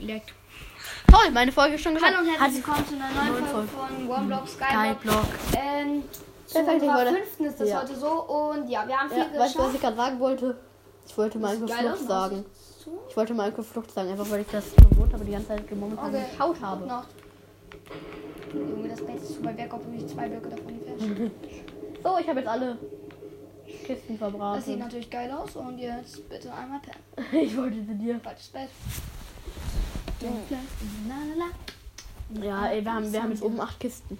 Leck. Toll, meine Folge ist schon geschafft. Hallo und Hat- herzlich willkommen zu einer neuen Folge Neuen von One Block Kein Skyblock. Block. Ähm, zu Perfekt, ich unserer wollte- fünften ist das Ja. heute so und ja, wir haben viel Ja, weißt du, was geschafft. ich gerade sagen wollte? Ich wollte Minecraft geil Flucht aus, sagen. so? Ich wollte Minecraft Flucht sagen, einfach weil ich das gewohnt habe, die ganze Zeit momentan Okay. Genau. geschaut habe. Noch. Junge, das Bett ist zu weit weg, obwohl ich zwei Blöcke davon fährst. So, ich habe jetzt alle Kisten Das sieht verbraten. natürlich geil aus und jetzt bitte einmal pennen. Ich wollte sie dir. Falsches Bett. Ja, ey, wir haben, wir haben jetzt oben acht Kisten.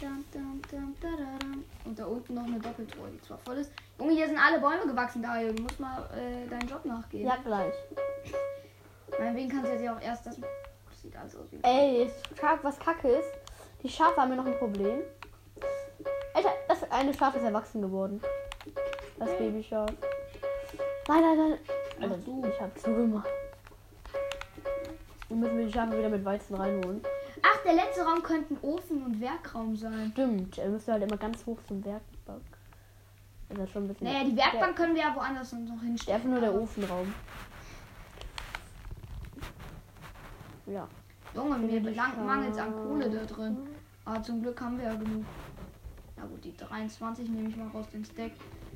Dam, dam, dam, dararam. Und da unten noch eine Doppeltruhe, die zwar voll ist. Junge, hier sind alle Bäume gewachsen, da Du musst mal äh, deinen Job nachgehen. gleich. Meinetwegen kannst du jetzt ja auch erst das. Das sieht alles aus wie. Ey, ist Schaf, was kacke ist. Die Schafe haben ja noch ein Problem. Alter, das eine Schaf ist erwachsen geworden. Das Babyschaf. Nein, nein, nein. Alter, Mach du. ich hab zugemacht. Nun müssen wir die Schafe wieder mit Weizen reinholen. Ach, der letzte Raum könnte ein Ofen- und Werkraum sein. Stimmt, er müsste halt immer ganz hoch zum Werkbank. Das ist schon ein bisschen. Naja, die Werkbank können wir ja woanders sonst noch Der, hinstellen. einfach nur der Aber- Ofenraum. Ja. Junge, mir Ja, belang- klar. mangelt an Kohle da drin. Aber zum Glück haben wir ja genug. Na gut, die 23 nehme ich mal raus den Stack. Äh,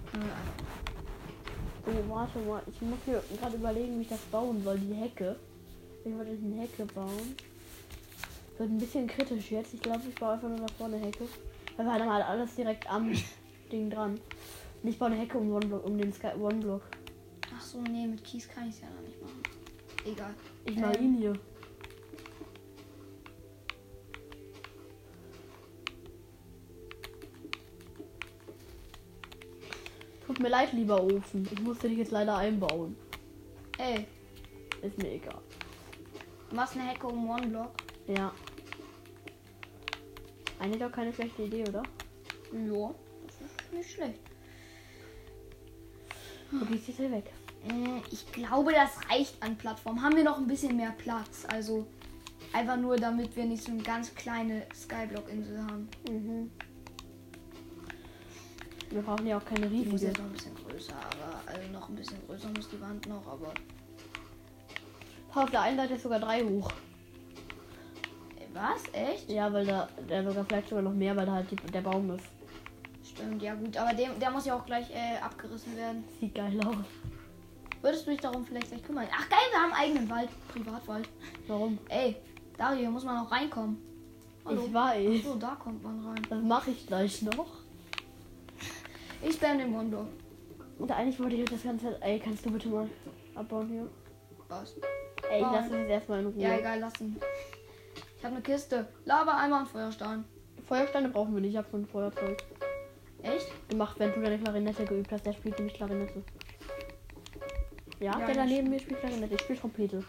So, Oh, warte mal. Ich muss mir gerade überlegen, wie ich das bauen soll. Die Hecke. Ich wollte eine Hecke bauen. Wird ein bisschen kritisch jetzt. Ich glaube, ich baue einfach nur da vorne eine Hecke. Weil wir haben halt alles direkt am Ding dran. Und ich baue eine Hecke um, One Block, um den Sky One Block. Ach so, nee, mit Kies kann ich es ja noch nicht machen. Egal. Ich mal Ähm. ihn hier. Tut mir leid, lieber Ofen. Ich musste dich jetzt leider einbauen. Ey, Ist mir egal. du machst eine Hecke um One Block. Ja. Eigentlich auch keine schlechte Idee, oder? Ja, das ist nicht schlecht. Okay, ich zieh's hier weg. Äh, Ich glaube, das reicht an Plattform. Haben wir noch ein bisschen mehr Platz. Also einfach nur, damit wir nicht so eine ganz kleine Skyblock-Insel haben. Mhm. Wir brauchen ja auch keine Die muss riesige. jetzt noch ein bisschen größer, aber also noch ein bisschen größer muss die Wand noch, aber Auf der einen Seite ist sogar drei hoch. Ey, äh, was? Echt? Ja, weil da, der sogar vielleicht sogar noch mehr, weil da halt die, der Baum ist. Stimmt, ja gut, aber der, der muss ja auch gleich äh, abgerissen werden. Sieht geil aus. Würdest du dich darum vielleicht gleich kümmern? Ach geil, wir haben eigenen Wald, Privatwald. Warum? Ey, Dario, hier muss man auch reinkommen. Hallo. Ich weiß. So, da kommt man rein. Das mache ich gleich noch. Ich spam den Mondo. Und eigentlich wollte ich das ganze. Ey, kannst du bitte mal abbauen hier? Oh. Was? Ey, ich Bauen. lasse das jetzt erstmal in Ruhe. Ja, egal, lass ihn. Ich habe eine Kiste. Lava, Eimer und Feuerstein. Feuersteine brauchen wir nicht. Ich habe schon ein Feuerzeug Echt? gemacht, wenn du deine Klarinette geübt hast. Der spielt nämlich Klarinette. Ja, Ja, der da ich- neben mir spielt Klarinette. Ich spiele Trompete.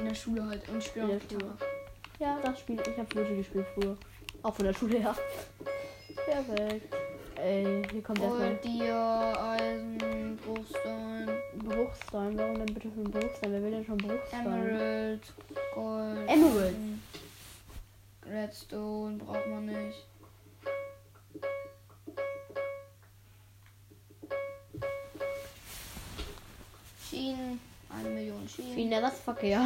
In der Schule halt. Und In spielen der Gitarre. Ja, das Spiel. Ich habe Flöte gespielt früher. Auch von der Schule her. Perfekt. Ey, hier kommt erstmal Und dir Eisen, Bruchstein, ein Bruchstein. Warum denn bitte für einen Bruchstein? Wer will denn schon Bruchstein? Emerald, Gold. Emerald. Redstone braucht man nicht. Schienen, eine Million Schienen. Schienenersatzverkehr.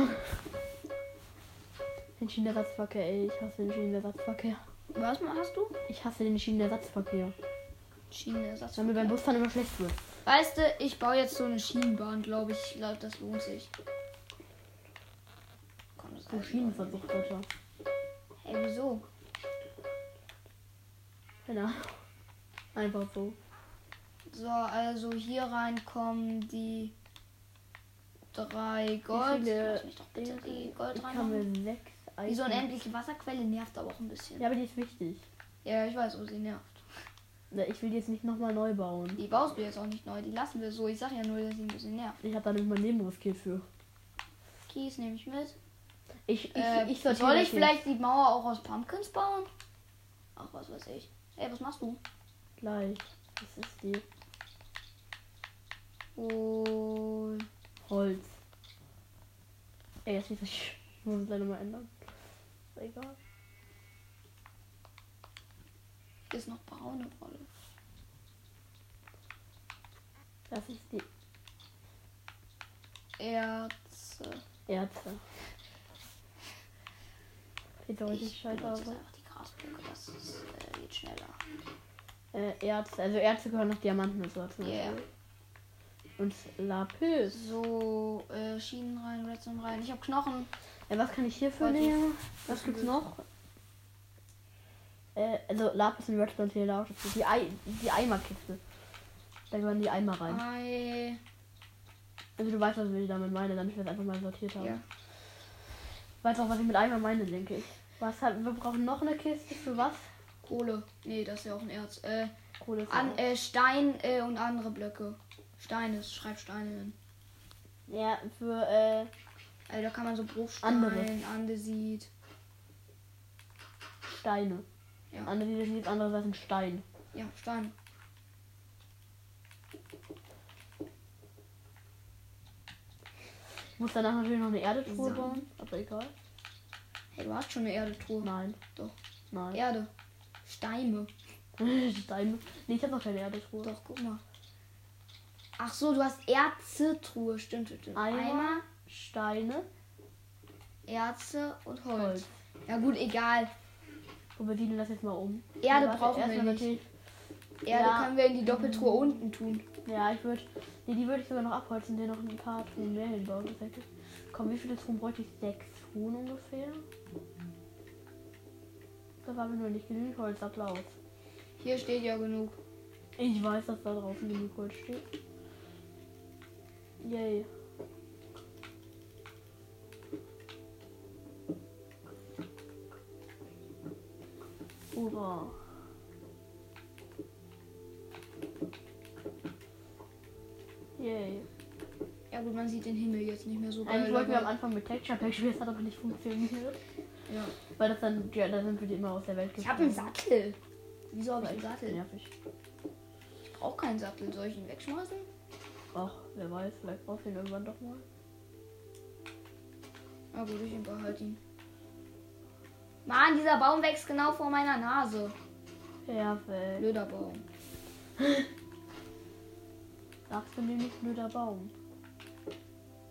Den Schienenersatzverkehr, ey, ich hasse den Schienenersatzverkehr. Was ma- hast du? Ich hasse den Schienenersatzverkehr. Schienen ist das. Weil mir beim Busfahren immer schlecht wird. Weißt du, ich baue jetzt so eine Schienenbahn, glaube ich. Ich glaube, das lohnt sich. Komm, das So reicht doch nicht. Schienenversucht, Alter. Hey, wieso? Genau. Einfach so. So, also hier rein kommen die drei Gold. viele Lass mich doch bitte die Gold Ich kann reinmachen. mir sechs Die so Eisen- unendliche Wasserquelle nervt aber auch ein bisschen. Ja, aber die ist wichtig. Ja, ich weiß, wo sie nervt. Na, Ich will die jetzt nicht nochmal neu bauen. Die baust du jetzt auch nicht neu, die lassen wir so. Ich sag ja nur, dass sie ein bisschen nervt. Ich habe da nämlich mein Leben riskiert für. Kies nehme ich mit. Ich, ich, Äh, ich sortiere soll ich das hier. vielleicht die Mauer auch aus Pumpkins bauen? Ach, was weiß ich. Ey, was machst du? Gleich. Das ist die Oh, Holz. Ey, jetzt sieht das. Ich muss es leider mal ändern. Ist egal. hier ist noch braune Wolle. Das ist die Erze. Ärzte. Bedeutet Ich benutze jetzt Scheiterhauser. einfach die Grasblöcke, das ist, äh, geht schneller. Äh, Ärzte. Also Ärzte gehören noch Diamanten und so. zum Yeah. Beispiel. Und Lapis. So, äh, Schienen rein, Redstone rein. Ich habe Knochen. Äh, was kann ich hierfür Warte. nehmen? Was gibt's noch? Äh, also Lapis und Redstone zählen auch dazu. Die, Ei die Eimerkiste. Da gehören die Eimer Ah. rein. Ei. Also du weißt, was ich damit meine, damit wir es einfach mal sortiert haben. Ja. Weißt auch, was ich mit Eimer meine, denke ich. Was hat, wir brauchen noch eine Kiste für was? Kohle. Nee, das ist ja auch ein Erz. Äh, Kohle für an, äh, Stein äh, und andere Blöcke. Steine, schreib Steine hin. Ja, für äh, Äh, da kann man so Bruchstein, Andere. Andesit. Steine. Ja. Andere, die sind andere Seite ein Stein. Ja, Stein. Ich muss danach natürlich noch eine Erdetruhe Sand. bauen, aber egal. Hey, du hast schon eine Erdetruhe. Nein. Doch. Nein. Erde. Steine. Steine. Nee, ich habe noch keine Erdetruhe. Doch, guck mal. Ach so, du hast Erzetruhe. Stimmt, stimmt. stimmt. Eimer. Eimer, Steine, Erze und Holz. Holz. Ja gut, egal. Wir bedienen das jetzt mal um. Erde Warte, brauchen erstmal wir natürlich- nicht. Erde Ja. können wir in die Doppeltruhe unten tun. Ja, ich würde. Nee, die würde ich sogar noch abholzen und dir noch ein paar Truhen mehr hinbauen. tatsächlich. Komm, wie viele Truhen bräuchte ich? Sechs Truhen ungefähr. Da war mir nur nicht genügend Holz. Applaus. Hier steht ja genug. Ich weiß, dass da drauf genug Holz steht. Yay. Hurra. Yay. Ja gut, man sieht den Himmel jetzt nicht mehr so geil. Eigentlich wollten wir am aber- Anfang mit Texture Pack spielen, das hat aber nicht funktioniert. ja. Weil das dann, ja, dann sind wir die immer aus der Welt Ich habe einen Sattel. Wieso habe ich einen Sattel? Nervig. Ich brauche keinen Sattel. Soll ich ihn wegschmeißen? Ach, wer weiß, vielleicht brauchst du ihn irgendwann doch mal. Na gut, ich behalte ihn. Mann, dieser Baum wächst genau vor meiner Nase. Perfekt. Blöder Baum. Sagst du mir nicht blöder Baum?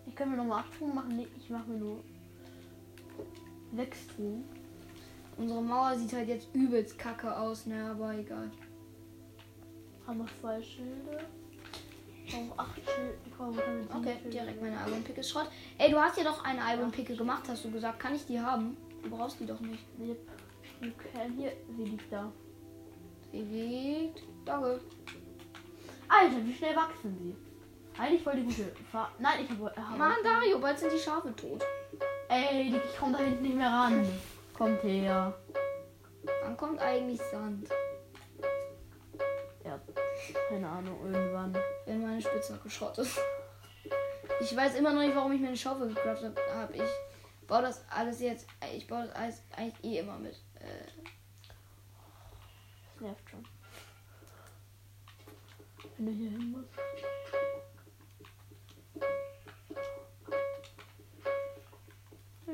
Ich kann mir nochmal acht Truhen machen. Nee, ich mache mir nur sechs Truhen. Unsere Mauer sieht halt jetzt übelst kacke aus, ne, aber egal. Haben noch zwei Schilde. Ich brauche acht Schilde. Ich brauche keine sieben Okay, Schilde. direkt meine Iron Pick ist Schrott. Ey, du hast ja doch eine Iron Picke gemacht, hast du gesagt. Kann ich die haben? Du brauchst die doch nicht. Yep. You can. Hier, sie liegt da. Sie liegt. Dogge. Alter, wie schnell wachsen sie? Eigentlich voll die gute Fahr Nein, ich habe. Hab Mann, Dario, bald sind die Schafe tot. Ey, Dick, ich komme da hinten nicht mehr ran. Kommt her. Wann kommt eigentlich Sand? Ja, keine Ahnung, irgendwann. Wenn meine Spitzhacke Schrott ist. Ich weiß immer noch nicht, warum ich mir eine Schaufel gecraftet habe. Ich baue das alles jetzt. äh, Ich baue das alles eigentlich eh immer mit. Äh, Das nervt schon. Wenn du hier hin musst.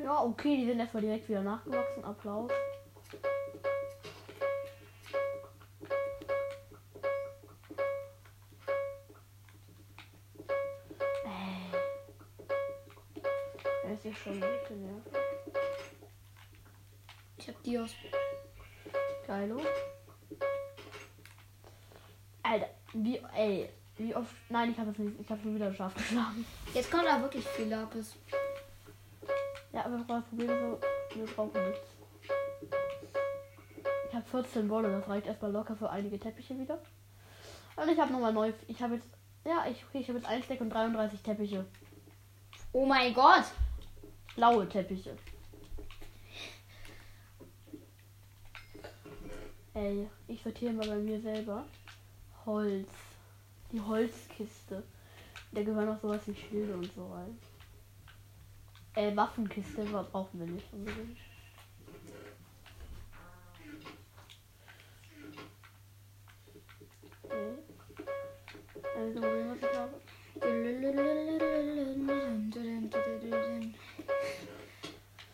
Ja, okay, die sind erstmal direkt wieder nachgewachsen. Applaus. Ey. Äh. Das ist schon ein bisschen nervig. ich habe die aus. Geilo. Alter, wie, ey, wie oft. Nein, ich habe es nicht. Ich habe schon wieder scharf geschlagen. Jetzt kommt da wirklich viel Lapis. Ja, aber wir brauchen Probleme so. also, Wir brauchen nichts. Ich habe 14 Wolle, das reicht erstmal locker für einige Teppiche wieder. Und ich habe nochmal neu. Ich habe jetzt. Ja, ich, okay, ich habe jetzt ein Stack und 33 Teppiche. Oh mein Gott! Blaue Teppiche. Ey, ich sortiere mal bei mir selber. Holz. Die Holzkiste. Da gehören auch sowas wie Schilde und so rein. Äh, Waffenkiste wa- brauchen wir nicht unbedingt. Okay. Also, was ich habe.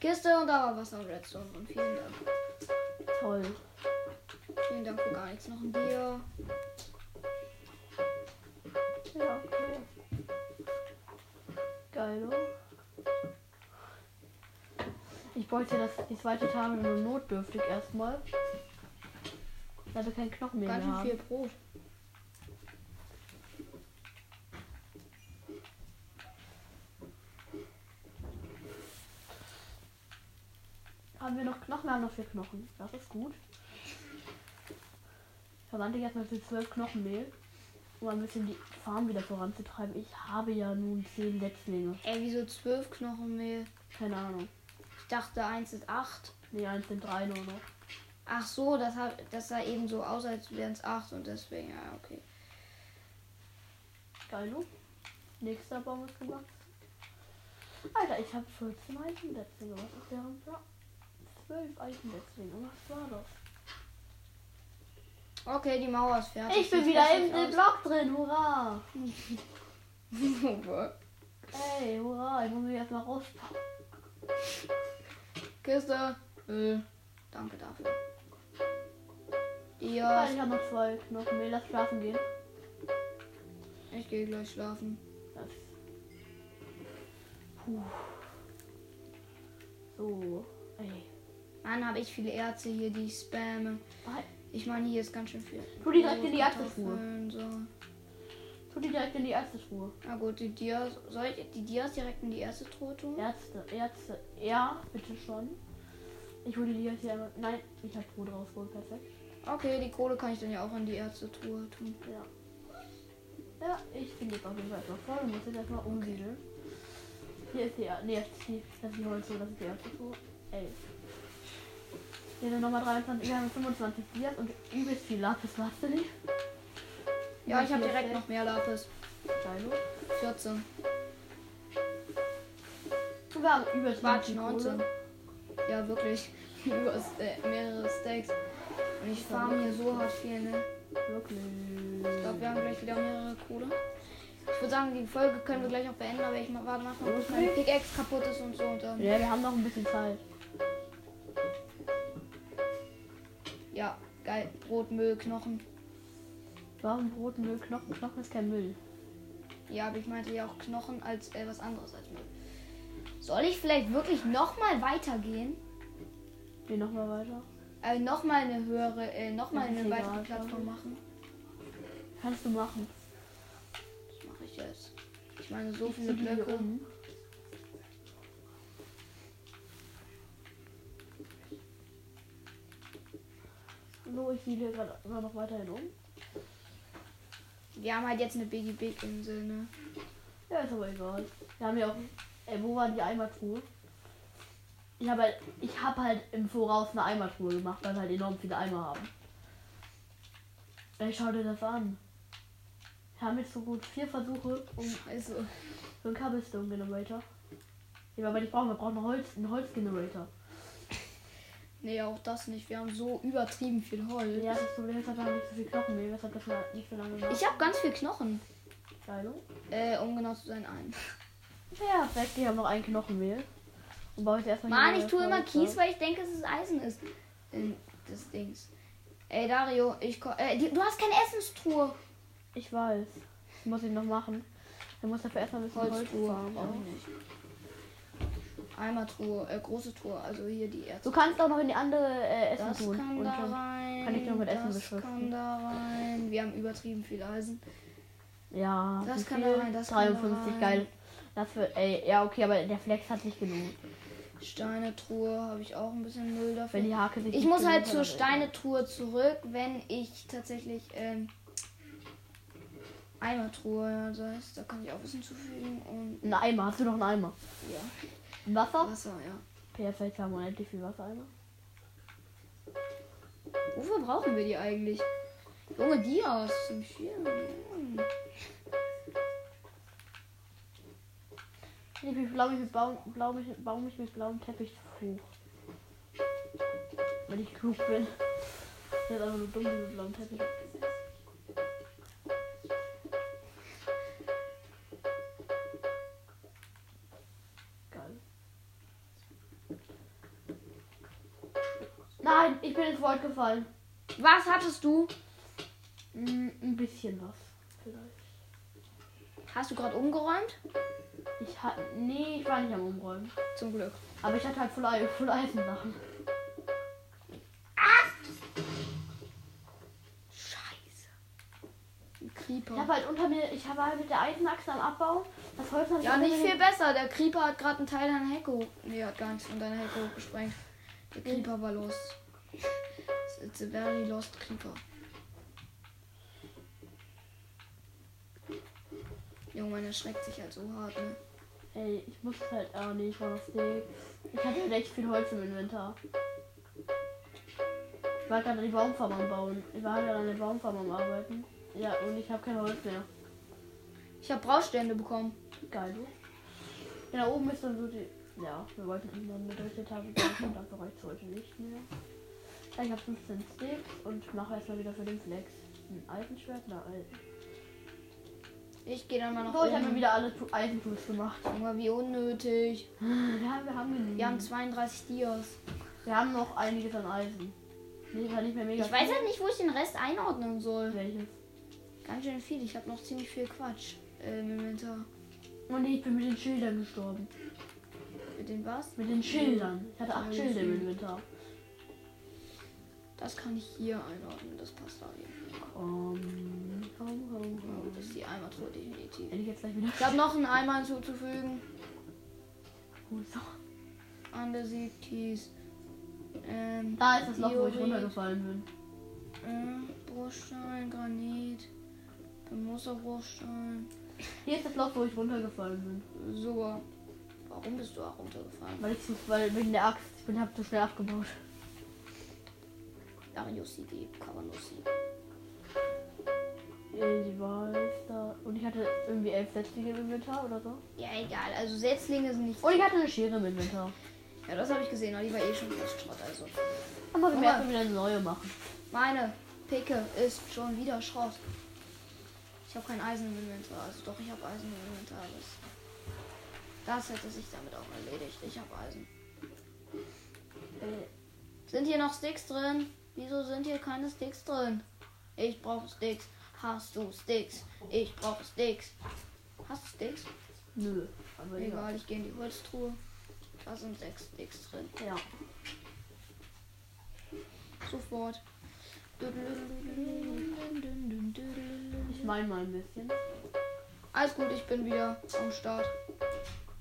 Kiste und da war Wasser und Redstone und vielen Dank. Toll. Vielen Dank für gar nichts. Noch ein Bier. Ja, okay. Geil, oder? Ich wollte das die zweite Tage nur notdürftig erstmal. Da wir keinen Knochen mehr, Ganz mehr schön viel haben. Brot. Haben wir noch Knochen? Wir haben noch vier Knochen. Das ist gut. Verwandte ich erstmal für zwölf Knochenmehl. Um ein bisschen die Farm wieder voranzutreiben. Ich habe ja nun zehn Setzlinge. Ey, wieso zwölf Knochenmehl? Keine Ahnung. Ich dachte, eins sind acht. Nee, eins sind drei nur noch. Ach so, das, hab, das sah eben so aus, als wären es acht und deswegen, ja, okay. Geil, du? Nächster Baum ist gemacht. Alter, ich habe 14 Eisensetzlinge. Was ist der Hamster? 12 Eisensetzlinge. Was war das? Okay, die Mauer ist fertig. ich bin Sieht wieder hässlich in dem Block drin. Hurra! aus. Ey, hurra! Ich muss mich erstmal rauspacken. Kiste. Äh, danke dafür. Ja, Alter, ich habe noch zwei Knochen. Will das schlafen gehen? ich gehe gleich schlafen. Das. Puh. So. Ey. Mann, habe ich viele Erze hier, die ich spamme. Warte. Ich meine, hier ist ganz schön viel. Tu die direkt in die Kartoffeln, Erdbeertruhe. so. Tu die direkt in die erste Truhe. Na gut, die Dias. Soll ich die Dias direkt in die erste Truhe tun? Ärzte, Ärzte. Ja, bitte schon. Ich hole die jetzt hier einmal. Nein, ich habe Brot rausgeholt. Perfekt. Okay, die Kohle kann ich dann ja auch in die erste Truhe tun. Ja. Ja, ich bin jetzt auf jeden Fall erstmal voll und muss jetzt erstmal umsiedeln. Hier ist die Ärzte. Nee, das ist die, das ist die Holz, das ist die Ärzte. Ey. Hier sind nochmal 23, wir haben 25 Dias und übelst viel Lapis, warst du nicht? Ja, ich habe Hier direkt ist noch mehr Lapis. der Steilo. 14. Und wir haben übelst Quatsch, viel 19. Kohle. Ja, wirklich. Über Ste mehrere Steaks. Und ich farm hier so hart viel, ne? Wirklich. Ich glaube, wir haben gleich wieder mehrere Kohle. Ich würde sagen, die Folge können wir gleich noch beenden, aber ich ma- warte mal, bis Okay. meine Pickaxe kaputt ist und so. Und dann, Ja, wir haben noch ein bisschen Zeit. ja, geil. Brot, Müll, Knochen. Warum Brot, Müll, Knochen? Knochen ist kein Müll. Ja, aber ich meinte ja auch Knochen als äh, was anderes als Müll. Soll ich vielleicht wirklich nochmal weitergehen? Geh nochmal weiter. Äh, nochmal eine höhere, äh, nochmal Ja, ist eine egal, weitere glaub ich. Plattform machen? Kannst du machen. Das mache ich jetzt. Ich meine, so viele Sind die um. hier Blöcke. oben? So, ich siedle gerade immer noch weiterhin um. Wir haben halt jetzt eine Biggie Big Insel, ne? Ja, ist aber egal. Wir haben ja auch. Ey, wo war die Eimertruhe? Ich habe halt, ich hab halt im Voraus eine Eimertruhe gemacht, weil wir halt enorm viele Eimer haben. Ey, schau dir das an. Wir haben jetzt so gut vier Versuche, um Scheiße. So ein Cobblestone Generator. Den wir aber nicht brauchen, wir brauchen einen Holz, einen Holzgenerator. Nee, auch das nicht. Wir haben so übertrieben viel Holz. Ja, das ist so, wir haben nicht so viel Knochen mehr, weshalb das mal nicht so lange gemacht. Ich habe ganz viel Knochen. Kleidung. Äh, um genau zu sein, ein. Perfekt, ich habe noch ein Knochenmehl. Und baue jetzt erstmal Mann, hier ich tue immer Holz Kies, auf. weil ich denke, dass es Eisen ist. In des Dings. Ey, Dario, ich ko- äh, die, Du hast keine Essenstruhe. Ich weiß. Das muss ich noch machen. Dann muss dafür erstmal ein bisschen Holz Holztruhe. farmen. Brauche ich nicht. Eimertruhe, äh, große Truhe. Also hier die Erz. Du kannst auch noch in die andere äh, Essen Das tun. kann Und da schon- rein. kann ich noch mit Essen das beschriften. kann da rein. Wir haben übertrieben viel Eisen. ja, Das wie kann viel? da rein, das kann da 53, rein. geil. Das wird, ey, ja, okay, aber der Flex hat nicht genug. Steine, Truhe, habe ich auch ein bisschen Müll dafür. Wenn die Hake sich Ich nicht muss genug halt hat, zur dann- Steinetruhe zurück, wenn ich tatsächlich ähm, Eimertruhe, ja, das heißt, da kann ich auch was hinzufügen und Ein Eimer, hast du noch einen Eimer? ja, Wasser? Wasser, ja. Perfekt, haben wir endlich viel Wasser, Eimer. Wofür brauchen wir die eigentlich? Junge, die aus zum Schirm. ja. Ich bin blau, ich bin blau, blau, ich bin blau, ich mit blauem Teppich hoch. Wenn ich klug bin. Das ist einfach nur dumm, mit blauem Teppich. Geil. Nein, ich bin ins Wort gefallen. Was hattest du? Mm, ein bisschen was. Vielleicht. Hast du gerade umgeräumt? Ich hatte. Nee, ich war nicht am Umräumen. Zum Glück. Aber ich hatte halt voll, Ei- voll Eisensachen. Scheiße. Ein Ich Creeper. habe halt unter mir, ich habe halt mit der Eisenachse am Abbau. Das Holz hat Ja, nicht viel besser. Der Creeper hat gerade einen Teil deiner Hecke hoch. Nee, hat gar nichts von deiner Hecke hochgesprengt. Der Hm. Creeper war los. It's a very lost Creeper. Junge, man erschreckt sich halt so hart, ne? Ey, ich muss halt. Ah, nee, ich war noch sick. Ich hatte halt echt viel Holz im Inventar. Ich war gerade die Baumfarm am Bauen. Ich war gerade an der Baumfarm am Arbeiten. Ja, und ich habe kein Holz mehr. Ich habe Braustände bekommen. Geil, du. Ja, da oben ist dann so die. Ja, wir wollten irgendwann gedrückt haben, und dafür reicht heute nicht mehr. Ja, ich habe 15 Sticks und mache erstmal wieder für den Flex. Ein Eisenschwert, na, alten. Ich gehe dann mal nach So, ich habe mir oben. wieder alle Tu- Eisentools gemacht. Junge, wie unnötig. Ja, Ah, wir haben genug. Wir haben 32 Dias. Wir haben noch einiges an Eisen. Nee, war nicht mehr mega. Ich weiß viel. halt nicht, wo ich den Rest einordnen soll. welches. Ganz schön viel. Ich habe noch ziemlich viel Quatsch äh, im Inventar. Oh nee, ich bin mit den Schildern gestorben. Mit den was? Mit den Schildern. Ich hatte Ja, acht Schilder im schön. Inventar. Das kann ich hier einordnen. Das passt auch hier. Um, komm, komm, Oh, komm. das ist die Eimertruhe definitiv. Wenn ich jetzt gleich wieder. Ich habe noch einen Eimer hinzuzufügen. Oh, so. Undersiegt hieß. Ähm, Da ist das Loch, wo ich Diorit, runtergefallen bin. äh, Bruchstein, Granit. Musterbruchstein. Hier ist das Loch, wo ich runtergefallen bin. So. Warum bist du auch runtergefallen? Weil ich zu, weil wegen der Axt. Ich bin hab zu schnell abgebaut. Darius Siege, Kavanossi. Ich weiß da. Und ich hatte irgendwie elf Setzlinge im Inventar oder so. Ja, egal. Also Setzlinge sind nicht. Und ich hatte eine Schere im Inventar. Ja, das habe ich gesehen, aber die war eh schon fast Schrott. Also. Dann muss ich Guck mal. mir erstmal wieder eine neue machen. Meine Picke ist schon wieder Schrott. Ich habe kein Eisen im Inventar. Also doch, ich habe Eisen im Inventar. aber es- Das hätte sich damit auch erledigt. Ich habe Eisen. Äh, Sind hier noch Sticks drin? Wieso sind hier keine Sticks drin? Ich brauche Sticks. Hast du Sticks? Ich brauche Sticks. Hast du Sticks? nö. Aber egal. Egal, ich gehe in die Holztruhe. Da sind sechs Sticks drin. Ja. Sofort. Ich meine mal ein bisschen. Alles gut, ich bin wieder am Start.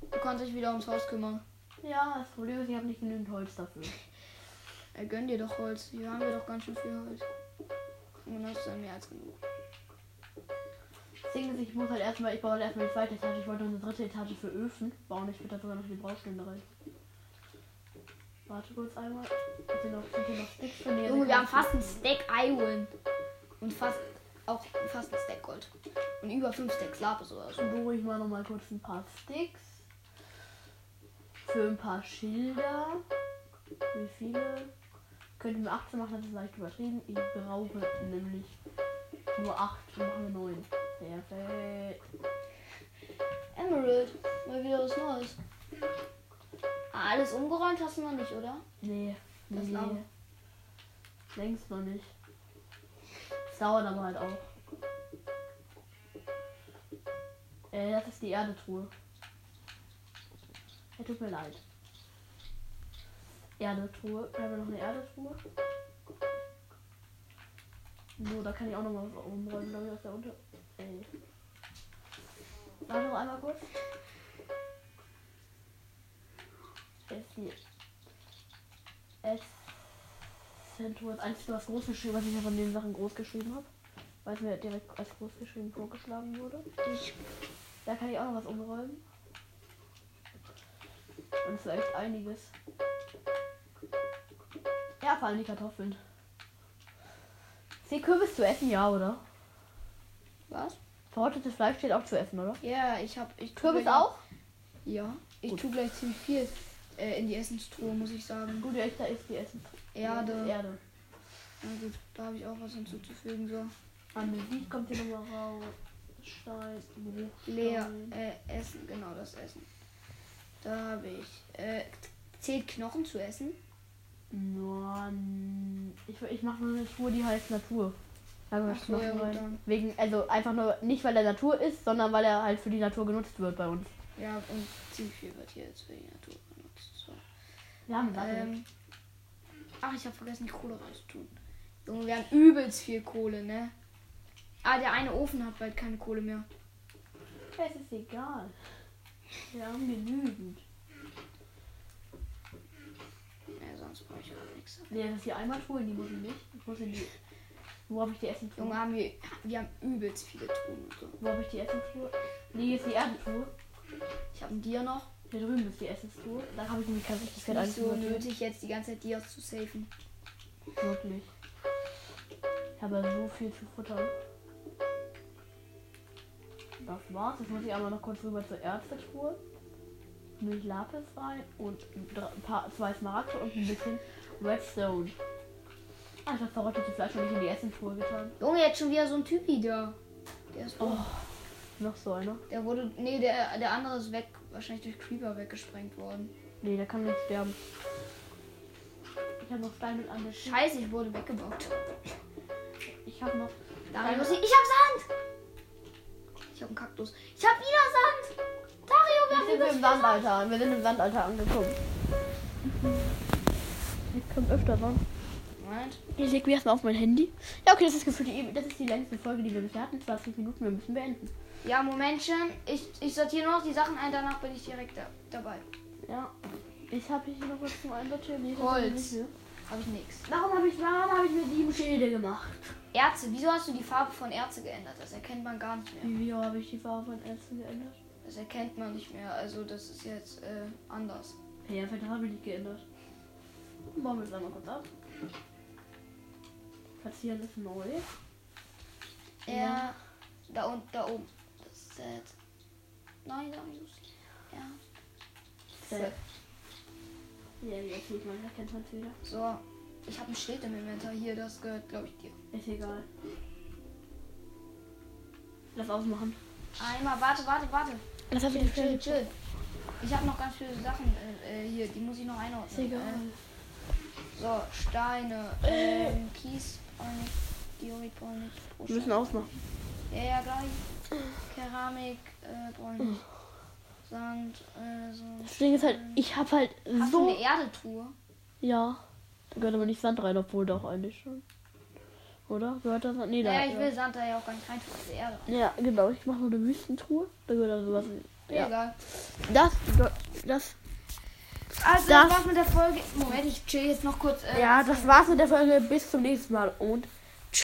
Du kannst dich wieder ums Haus kümmern. Ja, das Problem ist, ich habe nicht genügend Holz dafür. Er gönn dir doch Holz. Hier haben wir doch ganz schön viel Holz. Und das ist dann mehr als genug. Das Ding ist, ich muss halt erstmal, ich baue halt erstmal die zweite Etage. Ich wollte noch eine dritte Etage für Öfen bauen. Ich würde da sogar noch die Baustelle rein. Warte kurz einmal. Sind noch, sind hier noch Sticks drin? Nee, Junge, sind wir haben keine fast ein Stack Iron. Und fast auch fast ein Stack Gold. Und über fünf Stacks Lapis oder so. Dann buche ich mal noch mal kurz ein paar Sticks. Für ein paar Schilder. Wie viele? Könnten wir 18 machen, das ist leicht übertrieben. Ich brauche nämlich nur 8, wir machen wir 9. Perfekt. Emerald, mal wieder was Neues. Ah, Alles umgeräumt hast du noch nicht, oder? Nee, Das nee. dauert. Längst noch nicht. Das dauert aber halt auch. Äh, das ist die Erdetruhe. Ja, tut mir leid. Erdetruhe. Haben wir noch eine Erdetruhe? So, da kann ich auch noch mal was umräumen, glaube ich, aus der Unter... Ey. Warte noch einmal kurz. Ist die es sind wohl das einzige, was groß geschrieben was ich ja von den Sachen groß geschrieben habe. Weil es mir direkt als groß geschrieben vorgeschlagen wurde. Ich. Da kann ich auch noch was umräumen. Und vielleicht einiges. Ja, vor allem die Kartoffeln. Ist hier Kürbis zu essen, ja, oder? Was? Verrottetes Fleisch steht auch zu essen, oder? Ja, ich hab. Ich tu Kürbis gleich- auch? Ja. Ich Gut. tu gleich ziemlich viel äh, in die Essenstruhe, muss ich sagen. Gut, ja, ich da ist die Essen. Erde. Ja, Erde. gut, Also, da habe ich auch was hinzuzufügen. So. Amnesie kommt hier nochmal raus. Stein, Bruchstein. Leer. Äh, Essen, genau das Essen. Da habe ich. Äh, zählt Knochen zu essen? Nein. Ich, ich mache nur eine Tour, die heißt Natur. Da gehört Ach so, Knochen ja, gut, rein. dann. Wegen, also einfach nur, nicht weil er Natur ist, sondern weil er halt für die Natur genutzt wird bei uns. Ja, und ziemlich viel wird hier jetzt für die Natur benutzt. So. Wir haben Sachen. Ähm, ach, ich habe vergessen, die Kohle reinzutun. Junge, wir haben übelst viel Kohle, ne? Ah, der eine Ofen hat bald keine Kohle mehr. Es ist egal. Wir haben genügend. Ne, sonst brauche ich gar nichts. Nee, das ist die Eimertruhe, die muss ich nicht. Ich muss in die. Wo habe ich die Essentruhe? Junge, haben wir, wir haben übelst viele Truhen und so. Wo habe ich die Essentruhe? Nee, hier ist die Erdentruhe. Ich habe ein Dir noch. Hier drüben ist die Essenstruhe. Da habe ich nämlich keine Ist Richtigkeit nicht so einzusortieren. nötig, jetzt die ganze Zeit Dias zu safen. Wirklich. Ich habe so viel zu futtern. Das war's. Jetzt muss ich einmal noch kurz rüber zur Ärztetruhe. Milch Lapis rein und dr- ein paar, zwei Smaragde und ein bisschen Redstone. Ah, ich habe verrottetes Fleisch noch nicht in die Essentruhe getan. Junge, jetzt schon wieder so ein Typi da. Der ist Oh, noch so einer. Der wurde. Nee, der, der andere ist weg. Wahrscheinlich durch Creeper weggesprengt worden. Nee, der kann nicht sterben. Ich habe noch Stein mit an der Sche- Scheiße, ich wurde weggebaut. Ich habe noch. Darin muss ich. Ich hab Sand! Ich hab einen Kaktus. Ich hab wieder Sand! Dario, wir haben Wir sind im übelst viel Sand. Sandalter an. Wir sind im Sandalter angekommen. Jetzt kommt öfter Sand. Moment. Ich leg mir erstmal auf mein Handy. Ja, okay, das ist gefühlt die, das ist die längste Folge, die wir bisher hatten. 20 Minuten, wir müssen beenden. Ja, Momentchen. Ich, ich sortiere nur noch die Sachen ein, danach bin ich direkt da, dabei. Ja. Ich habe hier noch was zum Einsortieren. Nee, das Holz. hab ich nicht mehr. Habe ich nichts. Warum habe ich, warum habe ich mir sieben Schädel gemacht? Erze. Wieso hast du die Farbe von Erze geändert? Das erkennt man gar nicht mehr. Wie, wie habe ich die Farbe von Ärzten geändert? Das erkennt man nicht mehr. Also, das ist jetzt äh, anders. Ja, vielleicht habe ich nicht geändert. Bauen wir es einmal kurz ab. Platzieren ist neu. Ja. Ja. Da unten, da oben. Das ist jetzt. Nein, da ist es. Ja. Set. Ja, Äh, jetzt sieht man, erkennt man es wieder. So. Ich habe ein Schild im Inventar hier, das gehört, glaube ich, dir. Ist egal. Lass ausmachen. Einmal, warte, warte, warte. Das habe Chill, chill, chill. Ich habe noch ganz viele Sachen äh, äh, hier, die muss ich noch einordnen. Ist egal. Äh, so, Steine, ähm, Kies, brauch ich nicht, Diorit, brauch ich nicht. Oh, Äh. Wir müssen Stein. ausmachen. Ja, ja, gleich. Keramik, äh, brauch ich nicht. Sand, äh, so. Ähm, Das Ding ist halt, ich habe halt Hast du so. eine E- Erdetruhe? Ja. Da gehört aber nicht Sand rein, obwohl doch eigentlich schon. Oder? Gehört das Sand? Nee, da. Ja, ich will Sand da ja auch gar nicht rein, tun, diese Erde. ja, genau. Ich mache so eine Wüstentruhe. Da gehört also was. Ja. Egal. Das, gehört- das. Also, das Das- war's mit der Folge. Moment, ich chill jetzt noch kurz. Äh, Ja, das war's mit der Folge. Bis zum nächsten Mal und